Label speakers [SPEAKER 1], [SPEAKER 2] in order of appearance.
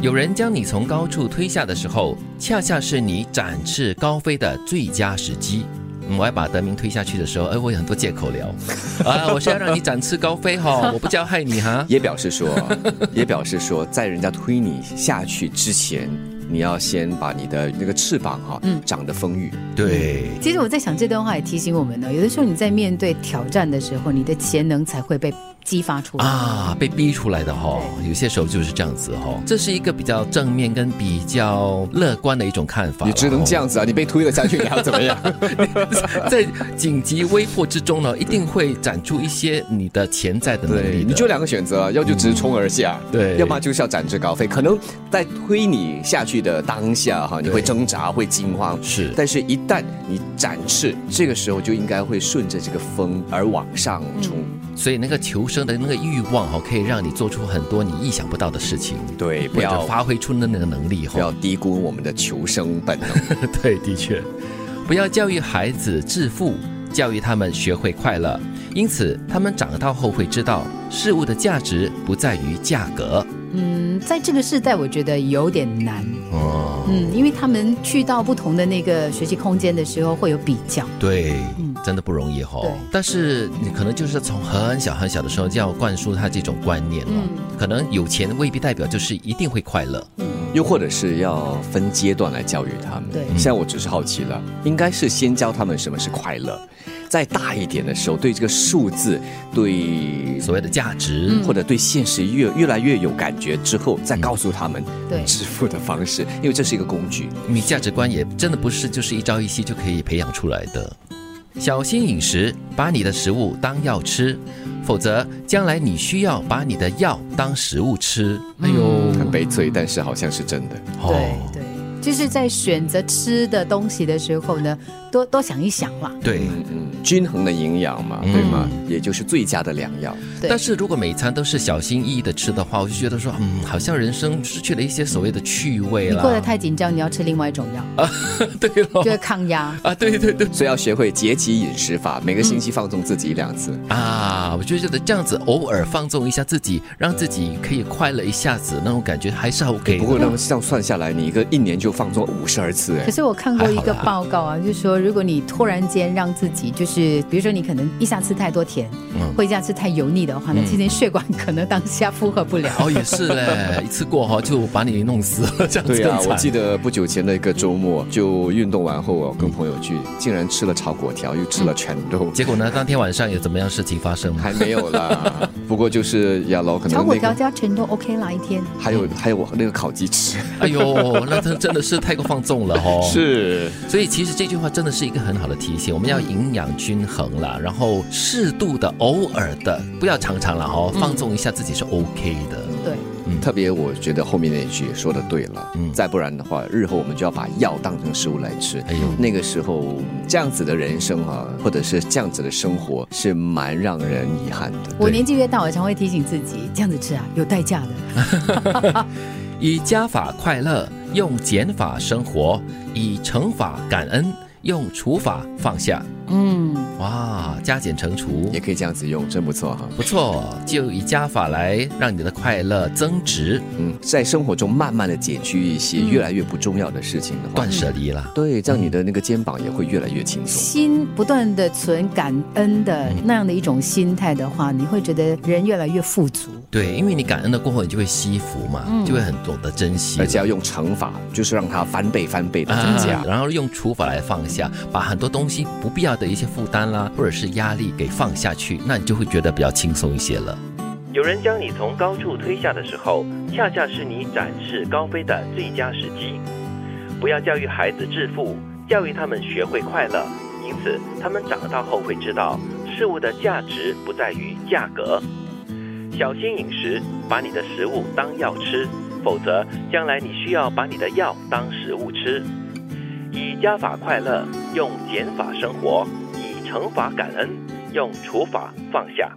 [SPEAKER 1] 有人将你从高处推下的时候，恰恰是你展翅高飞的最佳时机。嗯我要把德明推下去的时候，哎，我有很多借口 聊啊，我是要让你展翅高飞哈、我不叫害你哈。
[SPEAKER 2] 也表示说， 也表示说，在人家推你下去之前，你要先把你的那个翅膀哈、
[SPEAKER 3] 嗯
[SPEAKER 2] 长得丰腴。
[SPEAKER 1] 对，
[SPEAKER 3] 其实我在想，这段话也提醒我们呢，有的时候你在面对挑战的时候，你的潜能才会被激发出来。
[SPEAKER 1] 啊，被逼出来的哈、有些时候就是这样子哈、这是一个比较正面跟比较乐观的一种看法啦。
[SPEAKER 2] 你只能
[SPEAKER 1] 哦
[SPEAKER 2] 这样子啊！你被推了下去，你还要怎么样？
[SPEAKER 1] 在紧急危迫之中呢，一定会展出一些你的潜在的能力的。
[SPEAKER 2] 你就两个选择，啊要就直冲而下，
[SPEAKER 1] 对
[SPEAKER 2] 要么就是要展翅高飞。可能在推你下去的当下哈，你会
[SPEAKER 1] 对
[SPEAKER 2] 挣扎，会惊慌。
[SPEAKER 1] 是
[SPEAKER 2] 但是，一旦你展翅，这个时候就应该会顺着这个风而往上冲。
[SPEAKER 1] 所以那个求生的那个欲望哈、可以让你做出很多你意想不到的事情，
[SPEAKER 2] 对，不
[SPEAKER 1] 或
[SPEAKER 2] 要
[SPEAKER 1] 者发挥出那个能力哈、
[SPEAKER 2] 不要低估我们的求生本能。
[SPEAKER 1] 对，的确，不要教育孩子致富，教育他们学会快乐。因此，他们长大后会知道，事物的价值不在于价格。
[SPEAKER 3] 嗯，在这个时代，我觉得有点难。
[SPEAKER 1] 哦，
[SPEAKER 3] 嗯，因为他们去到不同的那个学习空间的时候，会有比较。
[SPEAKER 1] 对
[SPEAKER 3] 嗯，
[SPEAKER 1] 真的不容易哈、
[SPEAKER 3] 对
[SPEAKER 1] 但是你可能就是从很小很小的时候就要灌输他这种观念了。可能有钱未必代表就是一定会快乐。
[SPEAKER 2] 又或者是要分阶段来教育他们。
[SPEAKER 3] 对
[SPEAKER 2] 现在我只是好奇了，应该是先教他们什么是快乐，再大一点的时候，对这个数字，对
[SPEAKER 1] 所谓的价值，
[SPEAKER 2] 或者对现实越越来越有感觉之后，再告诉他们
[SPEAKER 3] 对
[SPEAKER 2] 致富的方式，因为这是一个工具。
[SPEAKER 1] 你价值观也真的不是就是一朝一夕就可以培养出来的。小心饮食，把你的食物当药吃，否则将来你需要把你的药当食物吃。哎
[SPEAKER 3] 嗯
[SPEAKER 1] 呦，哦
[SPEAKER 2] 很悲催，但是好像是真的。
[SPEAKER 3] 对对，就是在选择吃的东西的时候呢，多多想一想嘛。
[SPEAKER 1] 对
[SPEAKER 2] 嗯嗯，均衡的营养嘛，对吗？也就是最佳的良药。
[SPEAKER 3] 对
[SPEAKER 1] 但是如果每餐都是小心翼翼的吃的话，我就觉得说，嗯，好像人生失去了一些所谓的趣味
[SPEAKER 3] 你
[SPEAKER 1] 啦。哦
[SPEAKER 3] 过得太紧张，你要吃另外一种药，
[SPEAKER 1] 对
[SPEAKER 3] 就
[SPEAKER 1] 了
[SPEAKER 3] 是抗 压。
[SPEAKER 1] 啊，对对对
[SPEAKER 2] 所以要学会节气饮食法，每个星期放纵自己一两次。
[SPEAKER 1] 啊，我就觉得这样子偶尔放纵一下自己，让自己可以快乐一下子，那种感觉还是 OK 的。
[SPEAKER 2] 不过呢，这样算下来，你一个一年就放纵五十二次，哎
[SPEAKER 3] 可，是我看过一个
[SPEAKER 1] 还好啦
[SPEAKER 3] 报告啊，就是说，如果你突然间让自己，就是比如说你可能一下吃太多甜，或一下吃太油腻的话，那今天血管可能当下负荷不了。
[SPEAKER 1] 哦，也是 嘞，一次过哈就把你弄死了，这样子
[SPEAKER 2] 对
[SPEAKER 1] 更
[SPEAKER 2] 啊，
[SPEAKER 1] 惨。
[SPEAKER 2] 我记得不久前的一个周末，就运动完后啊，跟朋友去，竟然吃了炒粿条，又吃了全肉，
[SPEAKER 1] 结果呢，当天晚上有怎么样事情发生吗？
[SPEAKER 2] 还没有啦。不过就是呀喽，可
[SPEAKER 3] 炒
[SPEAKER 2] 能
[SPEAKER 3] 粿
[SPEAKER 2] 那
[SPEAKER 3] 条
[SPEAKER 2] 个
[SPEAKER 3] 加全都 OK 啦，一天。
[SPEAKER 2] 还有还有我那个烤鸡翅，
[SPEAKER 1] 哎呦，那他真的是太过放纵了哦。，
[SPEAKER 2] 是
[SPEAKER 1] 所以其实这句话真的是一个很好的提醒，我们要营养均衡啦，然后适度的、偶尔的，不要常常了哦，
[SPEAKER 2] 嗯
[SPEAKER 1] 放纵一下自己是 OK 的。
[SPEAKER 3] 对，
[SPEAKER 2] 特别我觉得后面那一句说的对了，
[SPEAKER 1] 嗯
[SPEAKER 2] 再不然的话，日后我们就要把药当成食物来吃。
[SPEAKER 1] 哎呦，
[SPEAKER 2] 那个时候，这样子的人生啊，或者是这样子的生活，是蛮让人遗憾的。
[SPEAKER 3] 我年纪越大，我常会提醒自己，这样子吃啊，有代价的。
[SPEAKER 1] 以加法快乐，用减法生活；以乘法感恩，用除法放下。
[SPEAKER 3] 嗯，
[SPEAKER 1] 哇，加减乘除
[SPEAKER 2] 也可以这样子用，真不错哈、
[SPEAKER 1] 不错，就以加法来让你的快乐增值，
[SPEAKER 2] 嗯，在生活中慢慢的减去一些越来越不重要的事情的话，
[SPEAKER 1] 断舍离啦。
[SPEAKER 2] 对，这样你的那个肩膀也会越来越轻松。
[SPEAKER 3] 心不断的存感恩的
[SPEAKER 1] 嗯
[SPEAKER 3] 那样的一种心态的话，你会觉得人越来越富足。
[SPEAKER 1] 对，因为你感恩了过后，你就会惜福嘛，就会很懂得珍惜了，
[SPEAKER 2] 嗯而且要用乘法，就是让它翻倍、翻倍的增加。
[SPEAKER 1] 啊，然后用除法来放下，把很多东西不必要的一些负担啦，或者是压力给放下去，那你就会觉得比较轻松一些了。
[SPEAKER 4] 有人将你从高处推下的时候，恰恰是你展翅高飞的最佳时机。不要教育孩子致富，教育他们学会快乐。因此，他们长大后会知道，事物的价值不在于价格。小心饮食，把你的食物当药吃，否则将来你需要把你的药当食物吃。以加法快乐，用减法生活；以乘法感恩，用除法放下。